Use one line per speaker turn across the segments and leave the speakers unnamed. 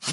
8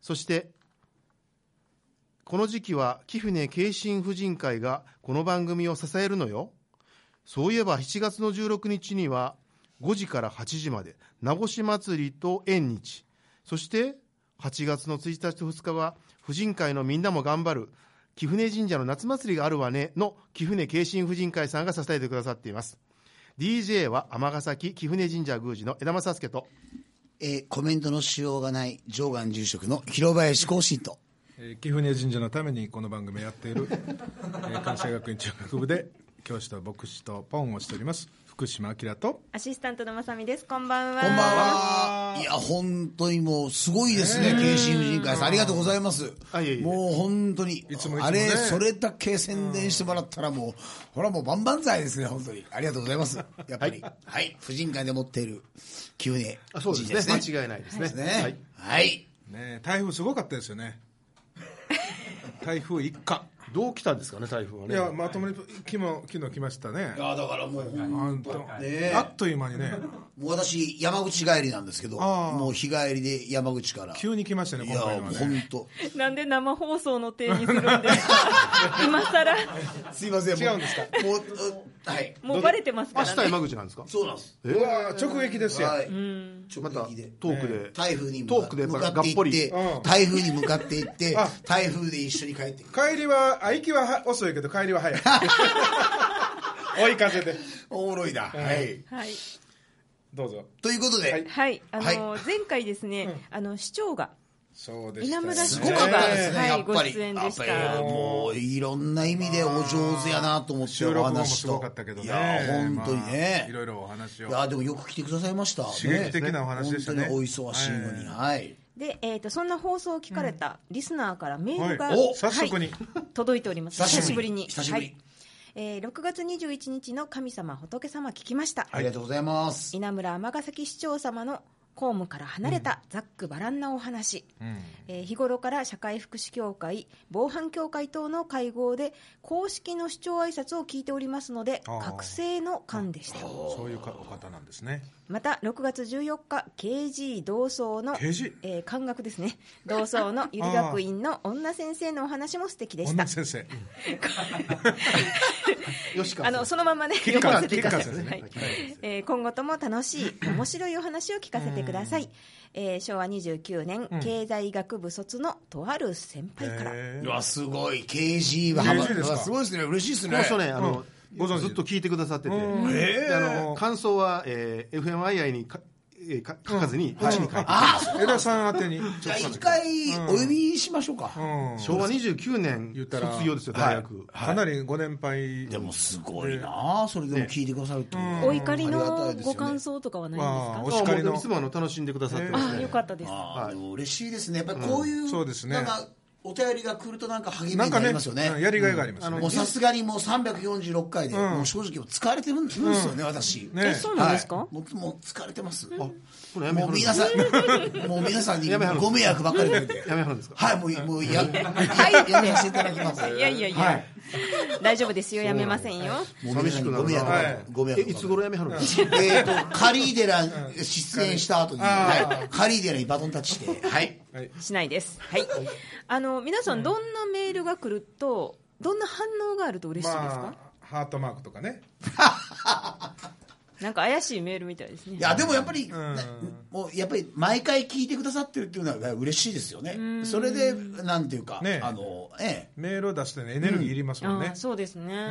そしてこの時期は貴船慶心婦人会がこの番組を支えるのよそういえば7月の16日には5時から8時まで名越祭りと縁日そして8月の1日と2日は婦人会のみんなも頑張る貴船神社の夏祭りがあるわねの貴船慶心婦人会さんが支えてくださっています DJ は尼崎貴船神社宮司の枝間助と
えーコメントのしようがない上岸住職の広林浩信と
えー、貴船神社のためにこの番組をやっている、えー、関西学院中学部で教師と牧師とポンをしております福島明と
アシスタントのまさみです。こんばんは。
こんばんはいや本当にもうすごいですね慶心婦人会さんありがとうございます
あいえいえ
もう本当に
いつもいつもね
あれそれだけ宣伝してもらったらもうほらもう万々歳ですね本当にありがとうございますやっぱりはい、婦人会で持っている9年
あそうですね間違いないですね
ですね
はい
はい
ね台風すごかったですよね台風一過
どう来たんですかね台風はいね
やまともに昨日昨日来ましたね
いやだからもうほん
あんと
え
あっという間にね
もう私山口帰りなんですけど
あー
もう日帰りで山口から
急に来ましたね
い
今
や
回はね
本当
なんで生放送の手にする んですか今更、
すいません
違うんですか
もううはい
もうバレてますか
明日
らね。
山口なんですか
そうなんです
え
うわー直撃ですよ、
はい
また
直撃で
トークで
台風に向
トー
か
クでやっ
向
ぱ
か
りが
っ
ってぽ
いっ
り
て
うん
台風に向かっていって
あ
台風で一緒に帰ってくる
帰りはあ行きはは遅いけど帰りは 早い追い風で
おもろいなはい
はい。
どうぞ
ということ
はい
で
はい。あの、
は
前回ですね、あの、市長が、
そうでした
稲
よね
村市
す
長
ごかったです
は
ね
い
やっぱり
ご出演
や
で
っ
した
ぱりもういろんな意味でお上手やなと思って
収
お
録後も
話
すご
と
かったけど
い
ね
や本当に
まあいろ
ね
いろお話を
いやでもよく来てくださいました
刺激的なお話でしたね
本当にお忙しいのにはい
で、えっ、と、そんな放送を聞かれたリスナーからメールが、
はいお早速に
はい届いております。
久
久
し
し
ぶ
ぶ
り
り
に
に。
久しぶり
はいえー6月21日の神様仏様聞きました。
ありがとうございます
稲村尼崎市長様の公務から離れたざっくばらんなお話、えー日頃から社会福祉協会防犯協会等の会合で公式の市長挨拶を聞いておりますので
あー
覚醒の感でした
そういうかお方なんですね
また6月14日 KG 同窓の
KG
えー漢学ですね同窓のゆり学院の女先生のお話も素敵でした
女先生
吉川
あ
さん
のそのままね
切り替わ
読ませていただきます
切り替わって
はいえー今後とも楽しい面白いお話を聞かせてください、えー昭和29年、経済学部卒のとある先輩から、
へ
う
ー
わすごい KG は幅
KG ですか
すごいですね嬉しいです
この人
ね
ね、あの、
ご存知
ずっと聞いてくださってて、
ん
であの感想は、えー、FMII にか、えー、か書かずに、こっちに書いて、
江田さん宛てに
じゃあ一回お呼びしましょうか
昭和29年
言ったら
卒業ですよ、大学。
かなりご年配
でもすごいなあそれでも聞いてくださるってこと
お怒り
ありがた
の
いですよ
ご
ね
感想とかはないんです
ま
か
あ、
あ
お叱り
もう
の
いつもあの楽しんでくださってます
あ
ね。
よかったです
ああ、でも嬉しいですね。やっぱりこういう、
そうですね
なんか、お便りが来るとなんか励み
な
に
ん
な
か
り
ね
ますよね。
うんやりがいがありますね
もうさすがにもう346回で、もう正直もう疲れてるんですよね、私。
え
ね
そうなんですか、
はいもうもう疲れてます。も
これやめは
う
るんで
皆
す
さん、もう皆さんに
やめはる
ご迷惑ばっかりかけて。
やめはるんですか
はい、もう、もう、や、はい、やめさせていただきます。
いやいやいや、大丈夫ですよやめませんよ
もう皆さんにご迷惑ばっかり
はい
ご迷惑ばっ
え、
かり
いつ頃やめはるんですか
えっと、カリーデラ出演した後に、はい、カリーデラにバトンタッチして、はい。
しないですはいあの皆さんどんなメールが来るとどんな反応があると嬉しいですか、
まあハートマークとかね
なんか怪しいメールみたいですね
いやでもやっぱり、なもうやっぱり毎回聞いてくださってるっていうのは嬉しいですよね。それでなんていうか、
ね
あのええ、
メールを出してねエネルギーいりますもんね
あ、そうですね、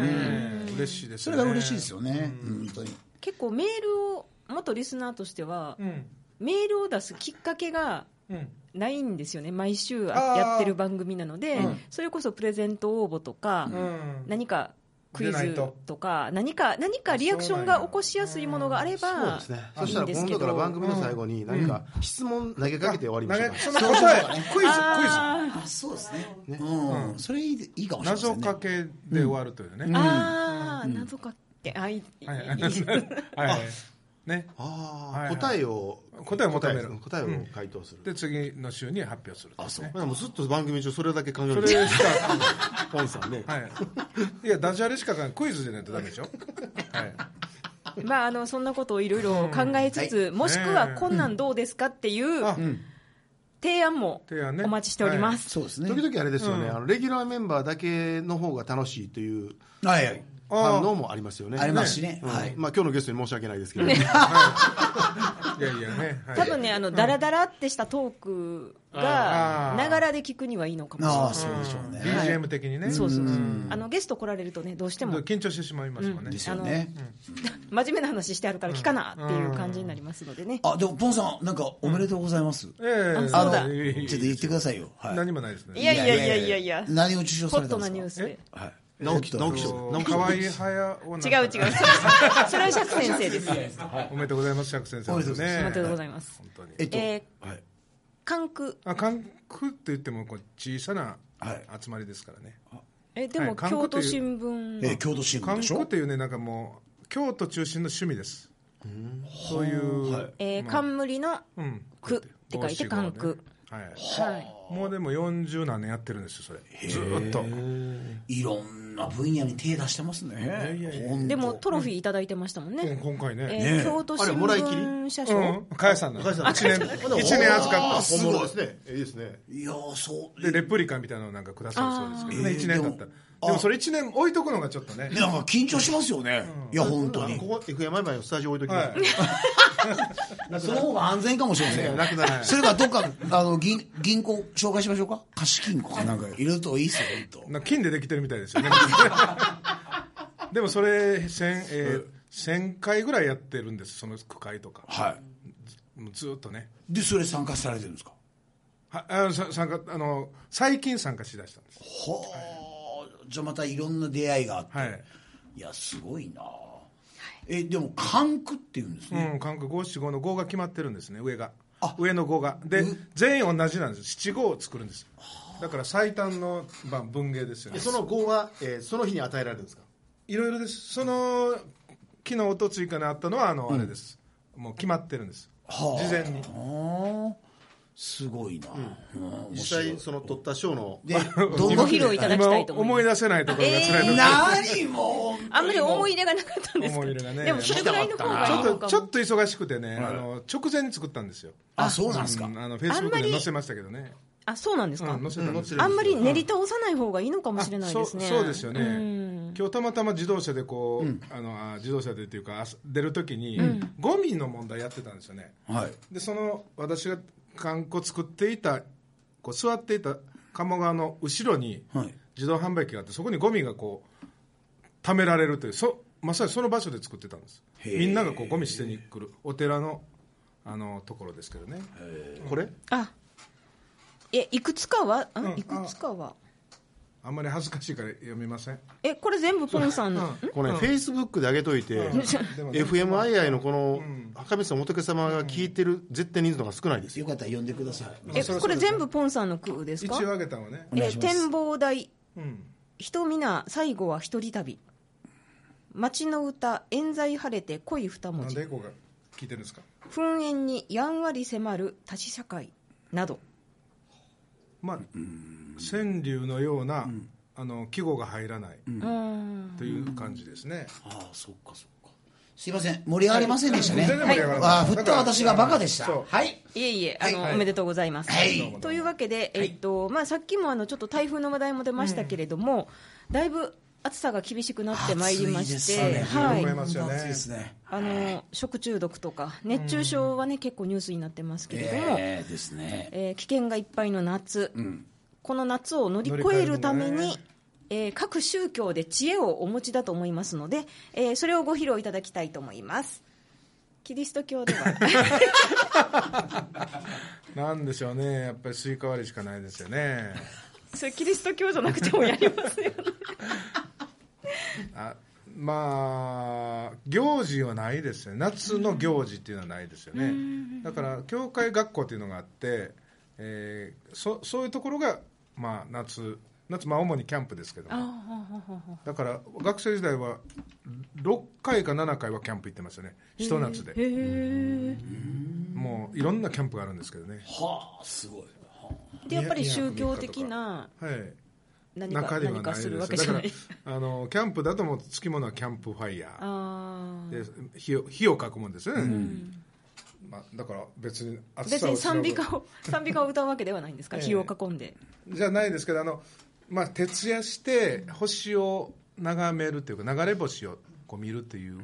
うん嬉しいです
そ
ね
れが嬉しいですよね。本当に。
結構メールを元リスナーとしては、
うん
メールを出すきっかけが
うん
ないんですよね毎週
あー
やってる番組なので、それこそプレゼント応募とか、
うん
何かクイ
でない
ズ
と
とか何か何かリアクションが起こしやすいものがあれ
そう
ば
ですね。
い
そし
い
た
ん
ら
です
今
け
度から番
ど
組の最後に何か質問投げかけて終わりましょうか
投げ。その答えクイズクイズ
あそうですねうん、それいいいいかもしれない、ね、
謎かけで終わるというね、
ああ謎かけあいいいい
はいはいはいね
あ
はい
あ、
はい
答えを
答えを求める
答えを回答する。
で次の週に発表する
あそう
まあもうずっと番組中それだけ考え
そ
て
れ
る
し。 か
ポンさんね。
はい、いやダジャレしかないクイズじゃないとダメでしょ、はい、
まああのそんなことをいろいろ考えつつもしくはこんなんどうですかっていう
あ
提案も
提案ね
お待ちしております
そうですね
時々あれですよね、あのレギュラーメンバーだけの方が楽しいという
はいはい
反応もありますよね。
ありますしね
うん
はい、
まあ今日のゲストに申し訳ないですけど、
いやいやね、はい、
多分ねあのダラダラってしたトークが
あー
ながらで聞くにはいいのかもしれ
あ
な
あ
い
そうでしょうね、
はい
BGM 的にね、
そうそうそうあのゲスト来られるとねどうしても
緊張してしまいますもんね、
ですよね
真面目な話してあるから聞かなっていう感じになりますのでね
あでもポンさんなんかおめでとうございます、
ええ
あ
あ
そう
の
だ
ちょっと言ってくださいよ、はい、
何もないですね
いやいやいやいやいや
何を受賞
ホ
さ
ッ
れた
ト
んで
な
すか
ニュースで
はい
直木直木賞直木賞
河合早を
違う違うそれそれは釈先生です
おめでとうございます釈先生
おめでとうござい
お
ま
めでとうご
い
ざいます
ます本当に
えっと、
え
はい
関空
あ関空って言ってもこう小さな
はい
集まりですからね、
えでも
はい関空
京
とい
都
う
新聞
えー、京都新聞
韓
でしょ
国っていうねなんかもう京都中心の趣味ですそういう、
はい
えー冠の
うん
区って書いて関空
はい
はい
もうでも40何年やってるんですよそれずーっ と
いろんな分野に手出してますねほんと
でもトロフィーいただいてましたもん
うん
ね
今回ね、
え
ね
ー京都新
あれもらいきり
聞社
う
賞
ん加谷さんの1年一年預かった
本物ですね。いいですね。
いやーそう
でレプリカみたいなのをなんかくださるそうですけど
あ
ね
ー
1年経った
えーでも
らでもそれ1年置いとくのがちょっとね
ねなんか緊張しますよね、いや本当
あの
に
ここ FM 前のスタジオ置いときます
は。い
その方が安全かもしれませんよ
なくなる
それからどっかあの銀銀行紹介しましょうか貸金庫かなんかいるといいっすよ本
な金でできてるみたいですよ ねでもそれ1000、えー1000回ぐらいやってるんですその区会とか
当はい
もうずーっとね
でそれ参加されてるんですか
はあのさ参加あの最近参加しだしたんです
ほーじゃあまたいろんな出会いがあって、
はい、
いやすごいなえでも関区っていうんですね、
うん、韓国五七五の五が決まってるんですね上が
あ
上の五がで全員同じなんです七五を作るんですだから最短の、まあ、文芸ですよ
で
ね
その号は、えーその日に与えられるんですか。
いろいろですその昨日おとついかなあったのはあの、あれですもう決まってるんです
はあ
事前に
あーすごいな、うん面
実
白い
際その取った賞の
で
ご披露いただきたいと
今
思
思
いま
い
す
出せないところがつらいところ
何もう
あんまり思い入れがなかったんです
思い入
け
れが
ど
ね
でもそれぐらいの方が
ち
い
ょ
いの
っ
か
と
も
ちょっと忙しくてね、あの直前に作ったんですよ、
あそうなんですか、
うんあのフェイ
あ
ス
ん
ブッ
まり
クで載せましたけどね、
あそうなんです
うん
か、
載せたんですよ
あんまり練り倒さない方がいいのかもしれないですね。
あそうそうですよね、
うん
今日たまたま自動車でこう、あのあ自動車でっていうかあ出る時に、ゴミの問題やってたんですよね
はい
でその私が観光作っていたこう座っていた鴨川の後ろに
はい
自動販売機があってそこにゴミがこう貯められるというそまさにその場所で作ってたんです
へー
みんながこうゴミ捨てに来るお寺のあのところですけどね
これ
あえいくつかは、あ
うん
いくつかは
あんまり恥ずかしいから読みませ ん
えこれ全部ポンさんの、
これ、フェイスブックで上げといて、
でも
FMII のこの赤水さん、仏様が聞いてる絶対人数の方が少ないですよ。
よかったら呼んでください
えこれ全部ポンさんの句です
一
か
応上げたのはね、
え展望台
うん、
人皆最後は一人旅街の歌冤罪晴れて恋
な
二文
ん
字
でエコーが聞いてるんですか
噴煙にやんわり迫る多子社会など
まあ、川柳のような、あの季語が入らない
うん
という感じですね、
ああそっかそっかすいません盛り上がりませんでしたね、
全然盛り上がらな
あ
い
あ振った私がバカでした
そう
はい
いえいえ、あの、
はい
おめでとうございます。
はい
というわけで、えっと、まあ、さっきも、あの、ちょっと台風の話題も出ましたけれども。だいぶ暑さが厳しだいぶ暑さが厳しくなってまいりまして、
暑いですね
はい
思い。ますよ
暑
ね
いですね
あの、食中毒とか、熱中症はね、結構ニュースになってますけれども。え
ええですね
ー危険がいっぱいの夏、
ん
この夏を乗り越えるため
乗り
に
越えるのね。
えー各宗教で知恵をお持ちだと思いますので、えーそれをご披露いただきたいと思います。キリスト教では。
なんでしょうねやっぱりスイカ割りしかないですよね
それキリスト教じゃなくてもやりますよね
あまあ行事はないですよね夏の行事っていうのはないですよねだから教会学校っていうのがあって、えーそそういうところが、まあ、夏夏、まあ、主にキャンプですけどもだから学生時代は6回か7回はキャンプ行ってましたね一夏で
へ
もういろんなキャンプがあるんですけどね
はあすごい
えでやっぱり宗教的な
はい
何
中
か
ではな
何
いで
か
す
する
だ
わけじゃ
か
な
ら
い
あのキャンプだともうつきものはキャンプファイヤー
あー
で火を火を囲むんですよね、まあ、だから別に暑
別
さを
に賛美
しの
歌を賛美歌を歌うわけではないんですか
ええ
火を囲んで
ぐじゃないですけどあの、まあ、徹夜して星を眺めるというか流れ星をこう見るという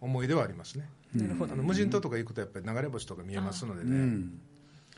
思い出はありますね、
なるほ
あ
ど
の無人島とか行くとやっぱり流れ星とか見えますのでね、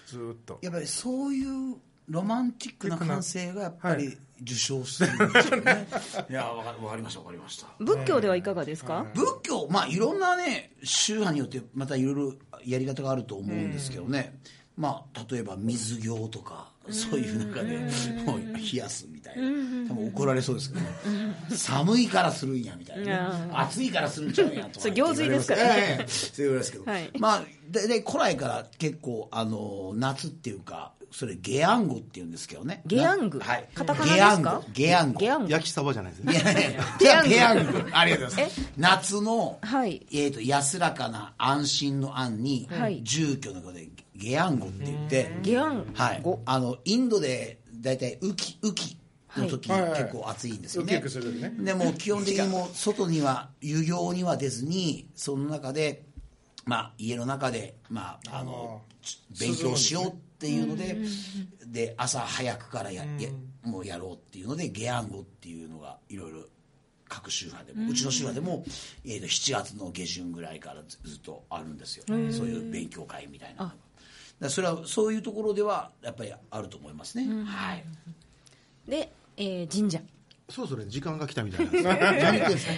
ずーっと
やっぱりそういうロマンチックな感性がやっぱ
は
り受賞するんですよね いやわかわかりましたわかりました
仏教ではいかがですか
仏教まあいろんなね宗派によってまたいろいろやり方があると思うんですけどね、まあ例えば水行とかそういう中でもう冷やすみたいな多分怒られそうですけどね寒いからするんやみたいなね暑いからするんちゃうんやとか
それ行水ですからね
ねええそう言われますけど、
はい
まあでで古来から結構あの夏っていうかそれゲアンゴっていうんですけどね
ゲアング
なはい
カタカナですか
ゲアンゴ
ゲアング
焼きサバじゃないです
い
ね
や いやペヤング。ありがとうございま
え
す。夏の、
はい
えっ、と、安らかな安心の安に、
はい
住居のことで、ゲアンゴって言って、
ゲアン
はい
ゴ。
あの、インドで、大体、雨季、雨季の時、
はいはい
結構暑いんですよ
ウキ
ね。
ウキする時ね
でもう基本的にもう外には遊行には出ずにその中で、まあ、家の中で、まあ、あのち勉強しようっていうのでで朝早くからややもうやろうっていうので下暗語っていうのがいろいろ各宗派でもうちの宗派でも、えー、と7月の下旬ぐらいからずずっとあるんですよそういう勉強会みたいなのがだからそれはそういうところではやっぱりあると思いますね、はい
で、えー神社
そろそろ時間が来たみた いなんです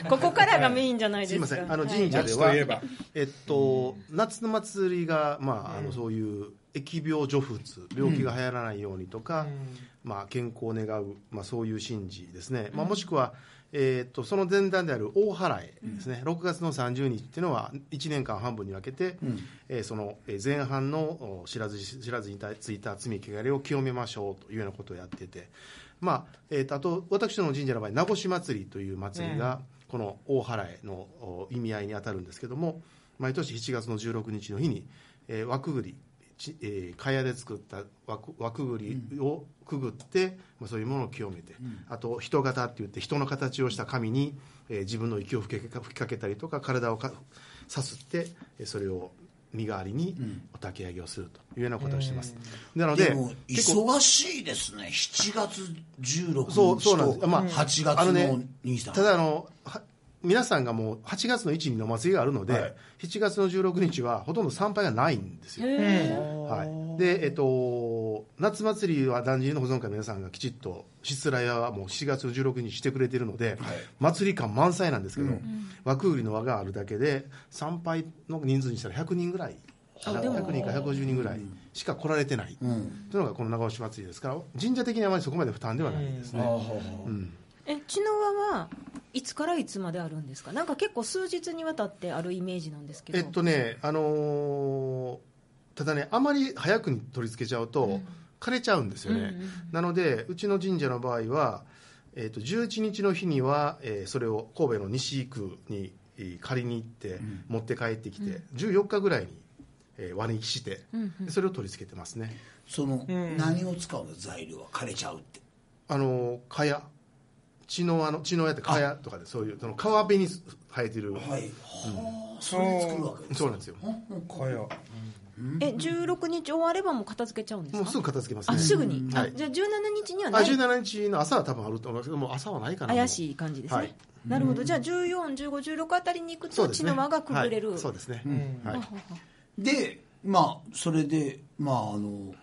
ここからがメインじゃないですす
い
か
ません、あ
は
の
い
神社で
夏
は、
といえば
えっと、夏の祭りが、まあ、あのそういう疫病除仏、病気が流行らないようにとか、まあ、健康を願う、まあ、そういう神事ですね、まあ、もしくは、えっとその前段である大払いですね、6月の30日っていうのは、1年間半分に分けて、えーそのえー前半のお知らず知らずについた罪、汚れを清めましょうというようなことをやってて。まあえー、とあと私どもの神社の場合名越祭りという祭りがこの大払いのお意味合いに当たるんですけども毎年7月の16日の日に、えー枠ぐりちえー蚊帳で作った枠枠ぐりをくぐって、まあ、そういうものを清めて、あと人型って言って人の形をした神に、えー自分の息を吹きか吹きかけたりとか体をかさすってえーそれを身代わりにお焚き上げをするというようなことをしてます、なので
でも
結構
忙しいですね7月
そ
16
う
日
そうなんです、
と
まあ、
8月
あ
の
のね
23
ただあのは皆さんがもう8月の1、2の祭りがあるので、7月の16日はほとんど参拝がないんですよ。はい、で、えっと、夏祭りはだんじりの保存会の皆さんがきちっと、しつらいはもう7月の16日にしてくれているので、祭り感満載なんですけど、枠売りの輪があるだけで、参拝の人数にしたら100人ぐらい。100人か150人ぐらいしか来られてない、というのがこの長押祭りですから神社的にはあまりそこまで負担ではないですね、
え茅の輪はいつからいつまであるんですかなんか結構数日にわたってあるイメージなんですけど
えっとね、あのーただね、あまり早くに取り付けちゃうと、枯れちゃうんですよね、なので、うちの神社の場合は、えっと11日の日には、えーそれを神戸の西区にえー借りに行って、持って帰ってきて、14日ぐらいに、えー、輪にして、それを取り付けてますね、
その、何を使うの材料は枯れちゃうって
あのー、蚊帳血のあの血のやって蚊帳とかでそういうその川辺に生えてる、
はい、はあそれで作るわけです
そうなんですよ
こよ
え16日終わればもう片付けちゃうんですか
もうすぐ片付けますね
あすぐに、
は
あ
い
じゃあ17日には
あ
ない
17日の朝は多分あると思いますけどもう朝はないかな
怪し
い
い感じですね、
はい
なるほどじゃあ141516あたりに行くと血の輪がくぐれる、
そうですね、はい
でまあそれでまああの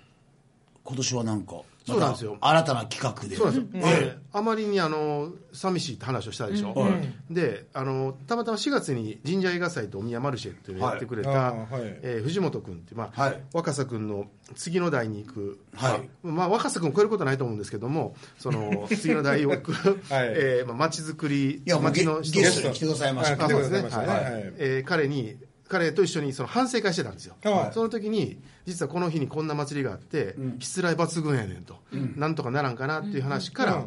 今年はなんか
そうなんですよ
また新たな企画で
そうなんですよ、ええあまりにあの寂しいって話をしたでしょ、
はい
であのたまたま4月に神社映画祭とお宮マルシェっていうのをやってくれた、
はいあーはい
えー藤本君って、まあ
はい
若狭君の次の代に行く、
はい
まあまあ、若狭君を超えることはないと思うんですけども その次の代を行く、えーまあ、町づくり
いやもうゲ
町の人
ゲストに来てくださいまし
ゲスト
た
あ
は
そうですね
来てくださいま
は
し
い
たねはい
えー彼に彼と一緒にその反省会してたんですよ、
はい
その時に実はこの日にこんな祭りがあって、失礼抜群やねんと、なんとかならんかなっていう話から、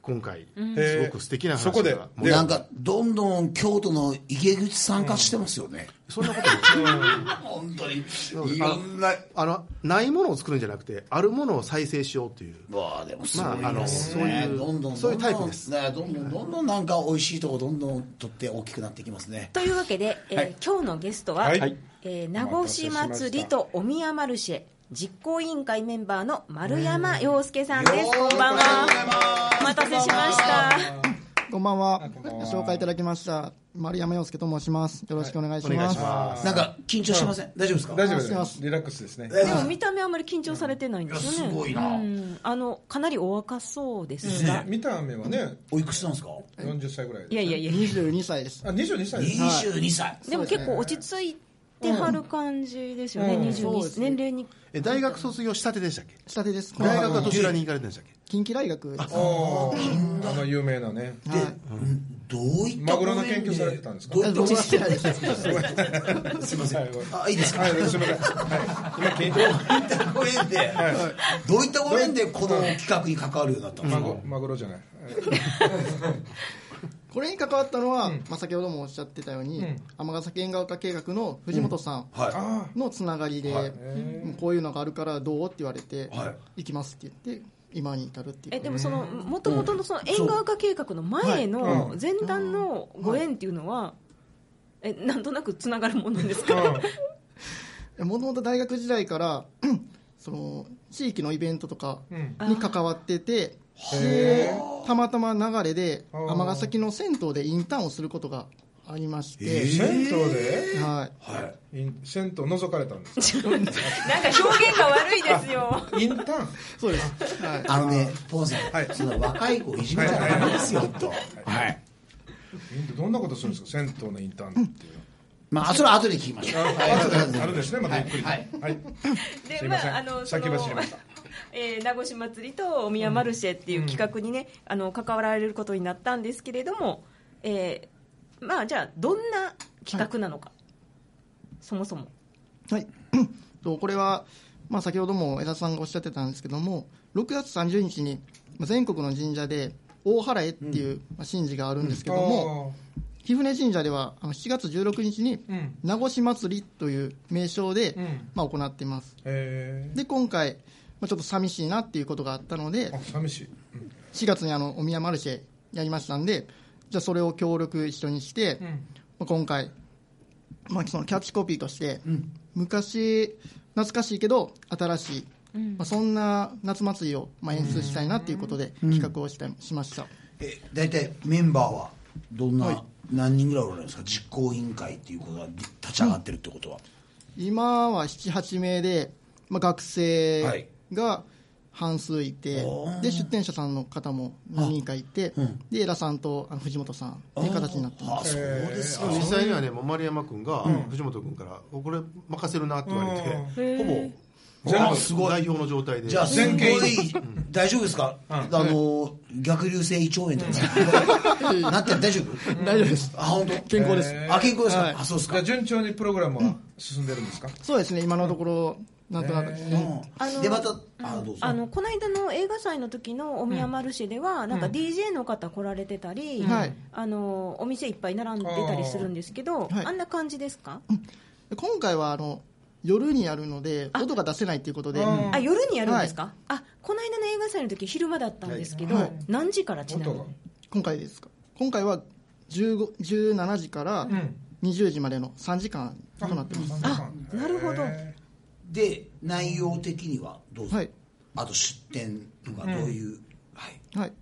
今回、すごく素敵な話が
そこで
もう
もうなんかどんどん京都の池口参加してますよね、
そんなことない
本当にいろんな
あのないものを作るんじゃなくてあるものを再生しようっていう
わあでもすごい
まああの
です
そう
ね
いう
どんどん
そういうタイプです
ねどんどんどんどんなんか美味しいとこどんどん取って大きくなってきますね
というわけで、えー今日のゲストは、
はい
えー名護市祭りとお宮マルシェ実行委員会メンバーの丸山洋介さんです、こんばんはお待たせしました
こんばんは。
こんばんは
ご紹介いただきました。丸山洋介と申します。よろしくお願いし
お願
ま
い
す。
しま
なんか緊張してません大丈夫ですか
大丈夫
してま
ですすリラックスですね
でも見た目あんまり緊張されてないんですよね
いやすごいな
うんあのかなりお若そうですが、
見た目はね
おいくつなんですか
40歳ぐらい
いやいやいやいや
す。22歳です。
あ22歳です
22歳
でも結構落ち着いてはる感じですよね、
うん
22
そうですね
年齢に
え大学卒業したてでしたっけ
下手です。
大学はどちらに行かれてんでしたっけ
近畿大学です。
おーあの有名なね
で、うんどういった
マグロの研究されてたんですか
どういった
どっちしてないです。
すいませんあいいですか
はいすみませんはい今聞いて
どう
る
いったご縁で、どういったご縁でこの企画に関わるようになったんです
マ
か、
グマグロじゃない
これに関わったのは、まあ先ほどもおっしゃってたように、尼崎縁側化計画の藤本さん
は
のつながりで、うんこういうのがあるからどうって言われて
は、
行きますって言って、今に至るってい
え
う。
でもそのもともとのその縁側化計画の前の前段のご縁っていうのはえなんとなくつながるもの なんですか、
もともと大学時代から、 うんその地域のイベントとかに関わってて、でたまたま流れで
ー
尼崎の銭湯でインターンをすることがありまして、
銭湯で
はい
い、はい、
イン銭湯覗かれたんですか
なんか表現が悪いですよ
インターン
そう です、はい、
あのねポンさん、
はい
その若い子いじめたらダメですよとはい
インターンどんなことするんですか銭湯のインターンっていう
まあそれは後で聞きましょうはい
あ後であるんですねまたゆっくり
はい
はい
です
いません
そ
先走りました
えー名護市祭りとお宮マルシェっていう企画にね、あの関わられることになったんですけれども、えーまあじゃあどんな企画なのか、そもそも
はい、 とこれは、まあ、先ほども江田さんがおっしゃってたんですけども6月30日にまあ全国の神社で大払えっていう、まあ神事があるんですけども、貴船神社ではあの7月16日に
ん
名護市祭りという名称で、
ん
まあ、行っています
え
で今回、まあ、ちょっと寂しいなっていうことがあったので
ーあ寂しい
4月にあのお宮マルシェやりましたんでじゃあそれを協力一緒にして、まあ今回、まあ、そのキャッチコピーとして、昔懐かしいけど新しい、まあ、そんな夏祭りをまあ演出したいなっていうことで企画をした、しました
え大体メンバーはどんな、何人ぐらいおられるんですか実行委員会っていうことが立ち上がってるってことは、
今は78名で、まあ、学
はい
生が半数いて、
おー
で出店者さんの方も何人かいて、で江田さんとあの藤本さんっていう形になってます
あそうですか、
実際にはねもう丸山君が藤本君から「これ任せるな」って言われて、ほぼ
全部
あすごい代表の状態で
じゃあす
全
ご
権
い大丈夫ですか、あの逆流性胃腸炎とか、なって大丈夫
大丈夫です
あ本当
健康です、
あ健康ですか、
はい
あそうです
じゃ
か
あ順調にプログラムは進んでるんですか
そうですね今のところなんとなくですね、
あの
でまたあどうぞ
あのこの間の映画祭の時のお宮丸市では、なんか DJ の方来られてたり、
はい
あのお店いっぱい並んでたりするんですけどあ,、
はい
んな感じですか、
で今回はあの夜にやるので音が出せないということで、
あ夜にやるんですか、あこの間の映画祭の時昼間だったんですけど、
はい
何時からちなみ
音
に
が
今回ですか今回は15 17時から20時までの3時間となってます、
あなるほど
で内容的にはどうぞ、
はい
あと出店とかどういう、はい
はい、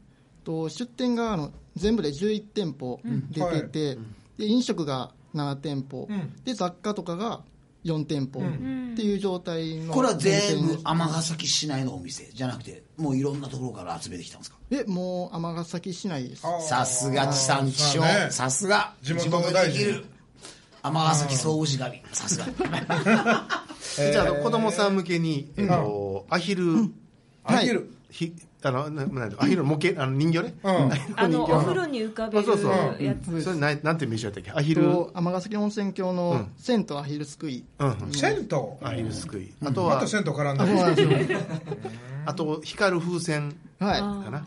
と出店があの全部で11店舗出てて、で飲食が7店舗、で雑貨とかが4店舗っていう状態の
これは全
運
部
転を
尼崎市内のお店じゃなくてもういろんなところから集めてきたんですか
えもう尼崎市内です
あ
さすが地産地消
そうだね
さすが
地元大臣
地元で尼崎総氏神さすが
じゃああの子供さん向けに、えっとアヒル、
あ
はい
きる
ひあのななんだアヒルの模型あの人形ね、
うん
あのお風呂に浮かべる
そうそう
やつ
それなんなんていう名称やったっけアヒル、
と尼崎温泉郷
う
の
ん
銭湯アヒルすくい、
うん、
銭湯
アヒルすくい、あと
ま
は、
た銭湯絡ん
あそう
だ
なんですよ
あと光る風船
は
かな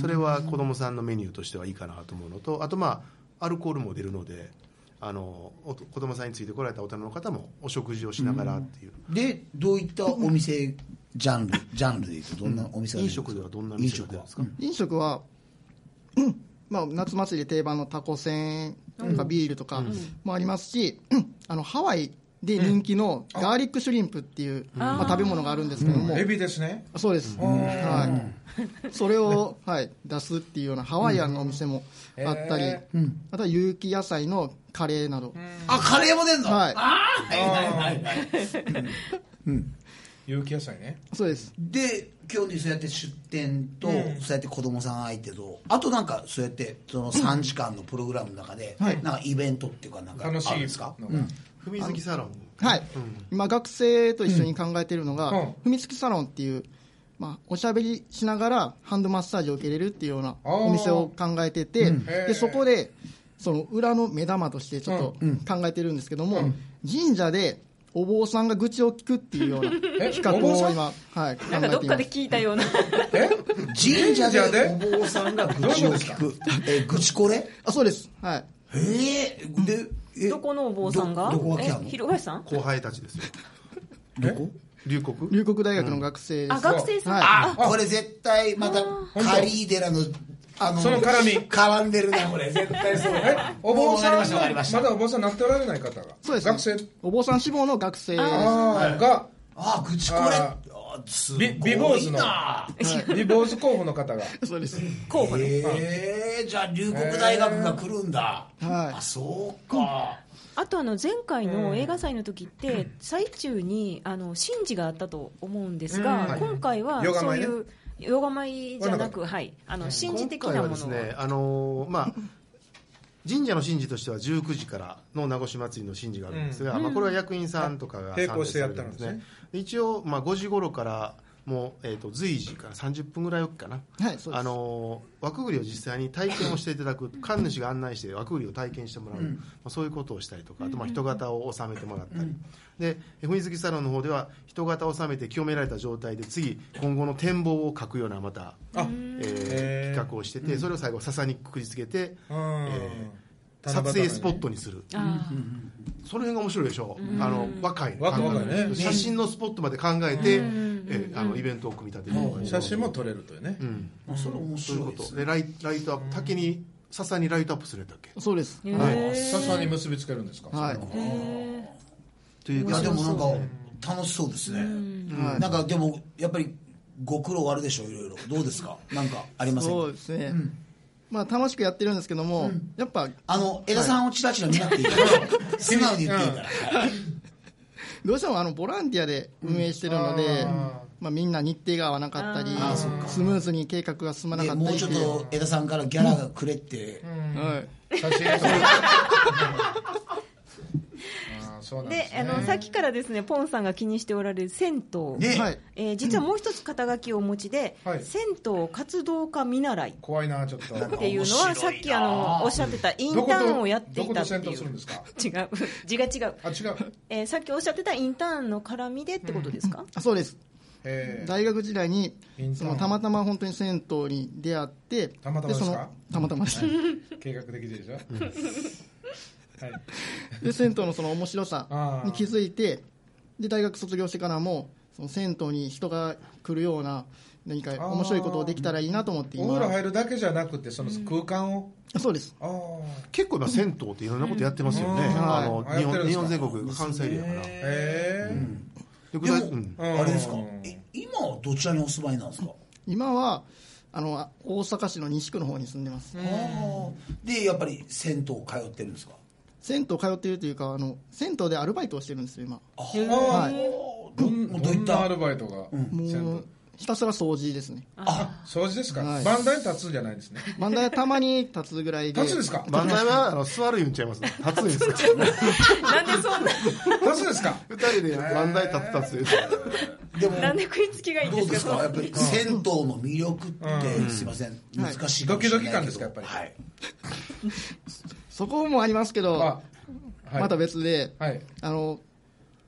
それは子供さんのメニューとしてはいいかなと思うのとあとまあアルコールも出るのであのおと子供さんについてこられた大人の方もお食事をしながらっていう、
でどういったお店ジャンルジャンルでいうとどんなお店が出
飲
てく
食
る
で
ん
は
ですか
どんな
飲
店
食
が出る
は
んですか、
い飲食は、うんまあ、夏祭りで定番のタコせんとかビールとかもありますし、うんあのハワイで人気のガーリックシュリンプっていう、まあ、食べ物があるんですけども、
エビですね
そうです、はい、それを、はい、出すっていうようなハワイアンのお店もあったり、
え
あとは有機野菜のカレーなど、
あカレーも出んの
はい
あーはいはいはいはい
有機野菜ね
そうです
で今日にそうやって出店と、
うん
そうやって子供さん相手とあとなんかそうやってその3時間のプログラムの中で、なんかイベントっていうかなんかある
楽し
ん
い
ですか
のが
踏み付きサロン
はい、今学生と一緒に考えているのが、
うん
踏みつきサロンっていう、まあ、おしゃべりしながらハンドマッサージを受けれるっていうような
あー
お店を考えてて、
へー
でそこでその裏の目玉としてちょっと考えてるんですけども、神社でお坊さんが愚痴を聞くっていうような
え
企画
お坊さ
を
ん
今、はい、考
な
え
んかどって
い
か
ま。
です聞いたような
え
神社
神社
で
で
お坊さんが愚痴を聞くえ愚痴これ
あそうです、はい、
えー、でえ
どこのお坊さんが
どどこが来た
え
の
広林さん
後輩たち ですよ
どこ
龍谷
龍谷大学の学生です、
あ学生さん、
はい
あこれ絶対またカリーデラのあの
その絡み
絡んでるなこれ絶対そう
えお坊さん
もうわかりましたわかりました
だお坊さんなっておられない方が
そうですね
学生
お坊さん志望の学生です
あーが
あ愚痴これ
あ
あす
び美坊
ご
主
い
の
な
美坊主候補の方が
そうです
候補ね
ええじゃあ龍谷大学が来るんだ、
はい
あそうか、
あとあの前回の映画祭の時って最中にあの神事があったと思うんです
うん
が、
はい
今回は
ヨガ
そう
舞ね
いうヨガ舞じゃなく、はい、あの神事的
今回
な
は
も
です
の
ね
は、
あのーまあ、神社の神事としては19時からの名護市祭りの神事があるんですが、まあ、これは役員さんとかが
並行
参
してやっ
加
た
され
ん
る
ですね
一応、まあ、5時頃からもう、えー、と随時から30分ぐらいおきかな、
はいそうです
あのー枠繰りを実際に体験をしていただく神主が案内して枠繰りを体験してもらう、まあ、そういうことをしたりとかあとまあ人型を収めてもらったり、で踏み付きサロンの方では人型を収めて清められた状態で次今後の展望を書くようなまた
あ
えー企画をしてて、それを最後笹にくくりつけて、え
うん
ー
七夕の
撮
ね
影スポットにする
あ
その辺が面白いでしょあの若い
若い
考えてる
ね
写真のスポットまで考えて、えーあのイベントを組み立てるとかいう
写真も撮れるというね
うん
あそれ面
そ
白い
ういうこ
です
と
ね
でライライトアップ竹に笹にライトアップするんだっけ
そうです、
ー
はい
へー
笹に結びつけるんですか
はい
という
いやで
か
もなんか楽しそうですね、
はい
なんかでもやっぱりご苦労あるでしょういろいろどうですかなんかありません
そ
か
うですね、まあ、楽しくやってるんですけども、やっぱ
あの江田さんをチラチラ見なくていいから、素直に言っていいから、はい
どうしてもあのボランティアで運営してるので、
うん
まあ、みんな日程が合わなかったり
あーそっか
スムーズに計画が進まな
で
かった
もう
り
ちょっ
で
と江田さんからギャラがくれって、
はい、
写真撮れるあーそうなんで
ですあ
ね
のさっきからですねポンさんが気にしておられる銭湯、
ね
はい
えー実はもう一つ肩書きをお持ちで、
はい
銭湯活動家見習いっ
怖いなちょっと
ていうのはさっきあのおっしゃってたイン
ど
タ
こと
ーンをやっていたって
どこと戦
い
闘するん
う
ですか
違う字が違う、
あ違う
えーさっきおっしゃってたインターンの絡みでってことですか、
あそうです
えー
大学時代に
インターン
そのたまたま本当に銭湯に出会って
たまたまですか
そのたまたまです
計画的でしょはい
で銭湯のその面白さに気づいてで大学卒業してからもその銭湯に人が来るような何か面白いことをできたらいいなと思って
お
今
風呂入るだけじゃなくてその空間を
そうです
ああ
結構今銭湯っていろんなことやってますよね、
うん
あの
はい
日
やってる
本
んです
日
か
本全国関西エリアから、
ええ
で具
で
体
も、
うん
あれですか
うん
え今はどちらにお住まいなんですか、
今はあのあ大阪市の西区の方に住んでます
あーでやっぱり銭湯通ってるんですか
銭湯通っているというかあの銭湯でアルバイトをしてるんですよ今
は
はい
ど
ど
もうどうい
ん
っ
なア
た
ルバイトが、
もうひたすら掃除ですね
掃除ですか、
はい
バンダイに立つんじゃないんですね
バンダイはたまに立つぐらいで
立つですか
漫才はあの座る言うんちゃいますね立つんですか
なんでそんな
立つですか
二人で漫才立つ立つ言う
でも
なんで食いつきがいいん
ど
で
うですす
か
かやっぱり銭湯の魅力ってすいません難しいかもしれないけど
ドキドキ感ですかやっぱり
はい
そこもありますけど、
あはい
また別で、
はい
あの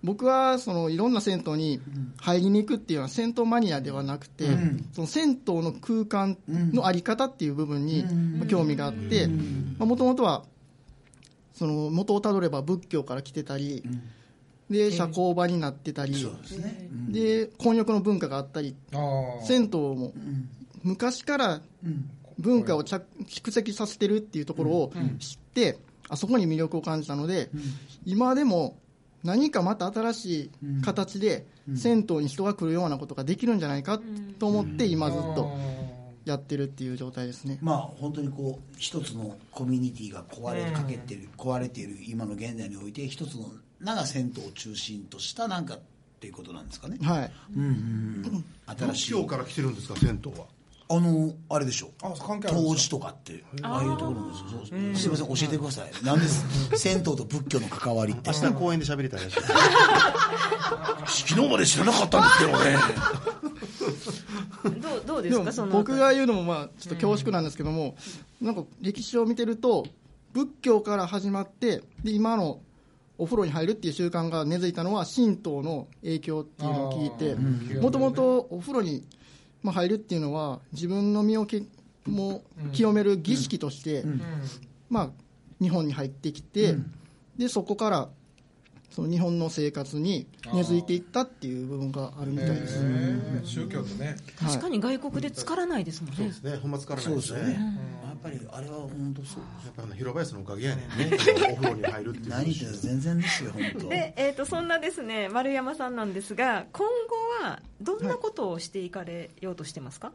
僕はそのいろんな銭湯に入りに行くっていうのは銭湯マニアではなくて、その銭湯の空間のあり方っていう部分にまあ興味があってもともとはその元をたどれば仏教から来てたり、で社交場になってたり、
そうですね
で混浴の文化があったり
あー
銭湯も昔から文化を着蓄積させてるっていうところを知ってあそこに魅力を感じたので今でも何かまた新しい形で銭湯に人が来るようなことができるんじゃないかと思って今ずっとやってるっていう状態ですね
まあ本当にこう一つのコミュニティが壊れかけてる壊れている今の現代において一つの長銭湯を中心としたなんかっていうことなんですかね
はい
新しい
今日から来てるんですか銭湯は
あのあれでしょ
あ関係あるん
投
で
資
す
とかってああいうところもそうそうすいません教えてくださいなんです銭湯と仏教の関わりって
明日公園で喋りたいらしい
昨日まで知らなかったんですけどね
どうどうで
ですも
かその
僕が言うのもまあちょっと恐縮なんですけどもなんか歴史を見てると仏教から始まってで今のお風呂に入るっていう習慣が根付いたのは神道の影響っていうのを聞い
あ
て
ーうん
もともとお風呂にまあ入るっていうのは自分の身をけも清める儀式としてまあ日本に入ってきてでそこからその日本の生活に根付いていったっていう部分があるみたい
へ
です。
ー宗教ってね
確かに外国で疲らないですもん
そう
ね
ですね本末からな
そ
いうで
です
す
よ
ね
ねやっぱりあれは本当そう
やっぱあの広林さんのおかげやねんねお風呂に入るっていう
何言ってんの全然ですよ本当
で、えー、とそんなですね丸山さんなんですが今後はどんなことをしていかれようとしてますか、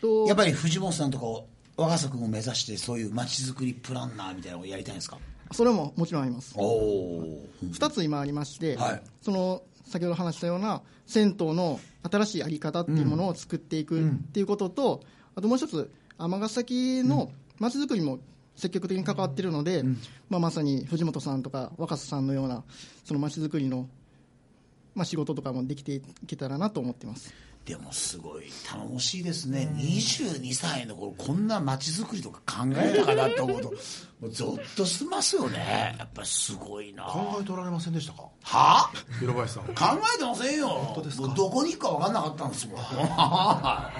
と
やっぱり藤本さんとかを若狭君を目指してそういう街づくりプランナーみたいなのをやりたいんですか
それももちろんあります
おお
2つ今ありまして、
はい
その先ほど話したような銭湯の新しい在り方っていうものを作っていくっていうことと、あともう一つ尼崎のまちづくりも積極的に関わっているので、まあ、まさに藤本さんとか若狭さんのようなそのまちづくりの、まあ、仕事とかもできていけたらなと思ってます
でもすごい頼もしいですね22歳の頃こんな街づくりとか考えたかなと思うともうゾッとしますよねやっぱりすごいなは
考えておられませんでしたか
あ
広林さん
考えてませんよ
です
もうどこに行くか分かんなかったんですもんは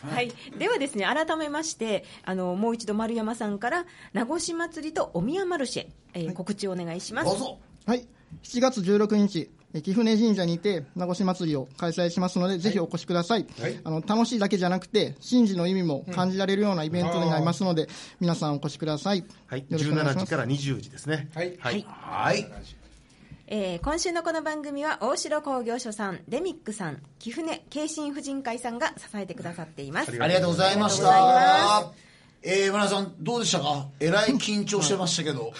はい、ではですね改めましてあのもう一度丸山さんから名護祭りとお宮マルシェ、えー告知をお願いし
い
ます
どうぞ
はい、7月16日、え貴船神社にて名護市祭りを開催しますので、ぜひお越しください、
はい
あの楽しいだけじゃなくて、神事の意味も感じられるようなイベントになりますので、皆さんお越しください。
はい
よろしくお願いし
17
ま
時
す
から20時ですね
はい
はい
はい
えー今週のこの番組は大城工業所さんレミックさん貴船慶心婦人会さんが支えてくださっています
ありがとうございまし
あ
たえー、村さんどうでしたかえらい緊張してましたけど、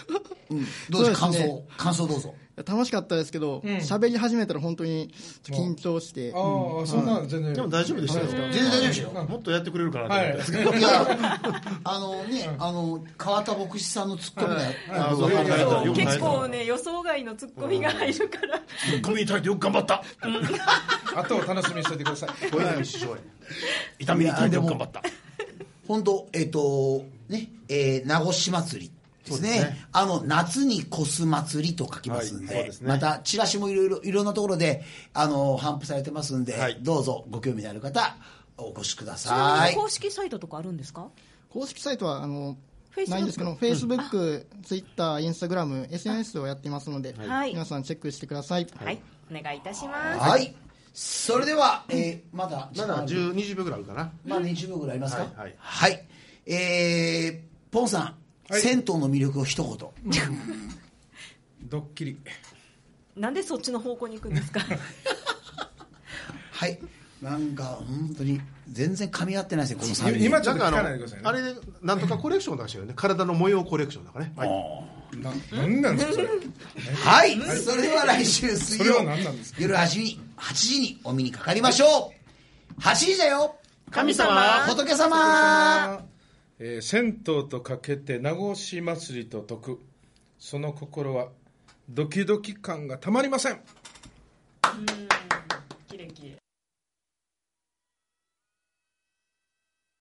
うん、どうですか感
そうですね
想感想どうぞ
楽しかったですけど、喋、り始めたら本当にちょっと緊張して、
ああそんな全然
でも大丈夫でしたよ
全然大丈夫でしたよ
もっとやってくれるかなと思ったんですけど
いや、あのね、あの、川田牧師さんのツッコミだよ。
あそうよく耐えたよく耐えた
結構ね予想外のツッコミが入るから
コミに耐えてよく頑張った。
あとを楽しみにしておいてください
小泉師匠へ痛みに耐えてよく頑張った
本当、えっ、と、ね、えー、名護市祭り。ですね
そうですね
あの夏に越す祭りと書きますんで,、
はいそうですね
またチラシもいろいろいろんなところであの頒布されてますんで、
はい
どうぞご興味のある方お越しくだ
ちな
さ
み
い
に公式サイトとかあるんですか
公式サイトはあの
Facebook
ないんですけど、フェイスブック、ツイッター、インスタグラム、SNS をやっていますので、
はい
皆さんチェックしてください。
はいお願いいたします
はいそれでは、えーまだ
まだ10 20秒ぐらいあるかな
まあ20秒ぐらいありますか。
はいはい
えーポンさん、
はい
銭湯の魅力を一言。
ドッキリ
なんでそっちの方向に行くんですか
はい。なんか本当に全然噛み合ってないですよこの三人。
今ちょ
な
っ
ん
と聞
かあの
かないでくださいね
あれでなんとかコレクションだしたよね体の模様コレクションだからねはい
な何なん ですかそれ
はい、それでは来週水
そ
曜
れは何なんです
夜8時に8時にお目にかかりましょう8時だよ
神様
仏様
えー銭湯とかけて名護市祭りと解くその心はドキドキ感がたまりません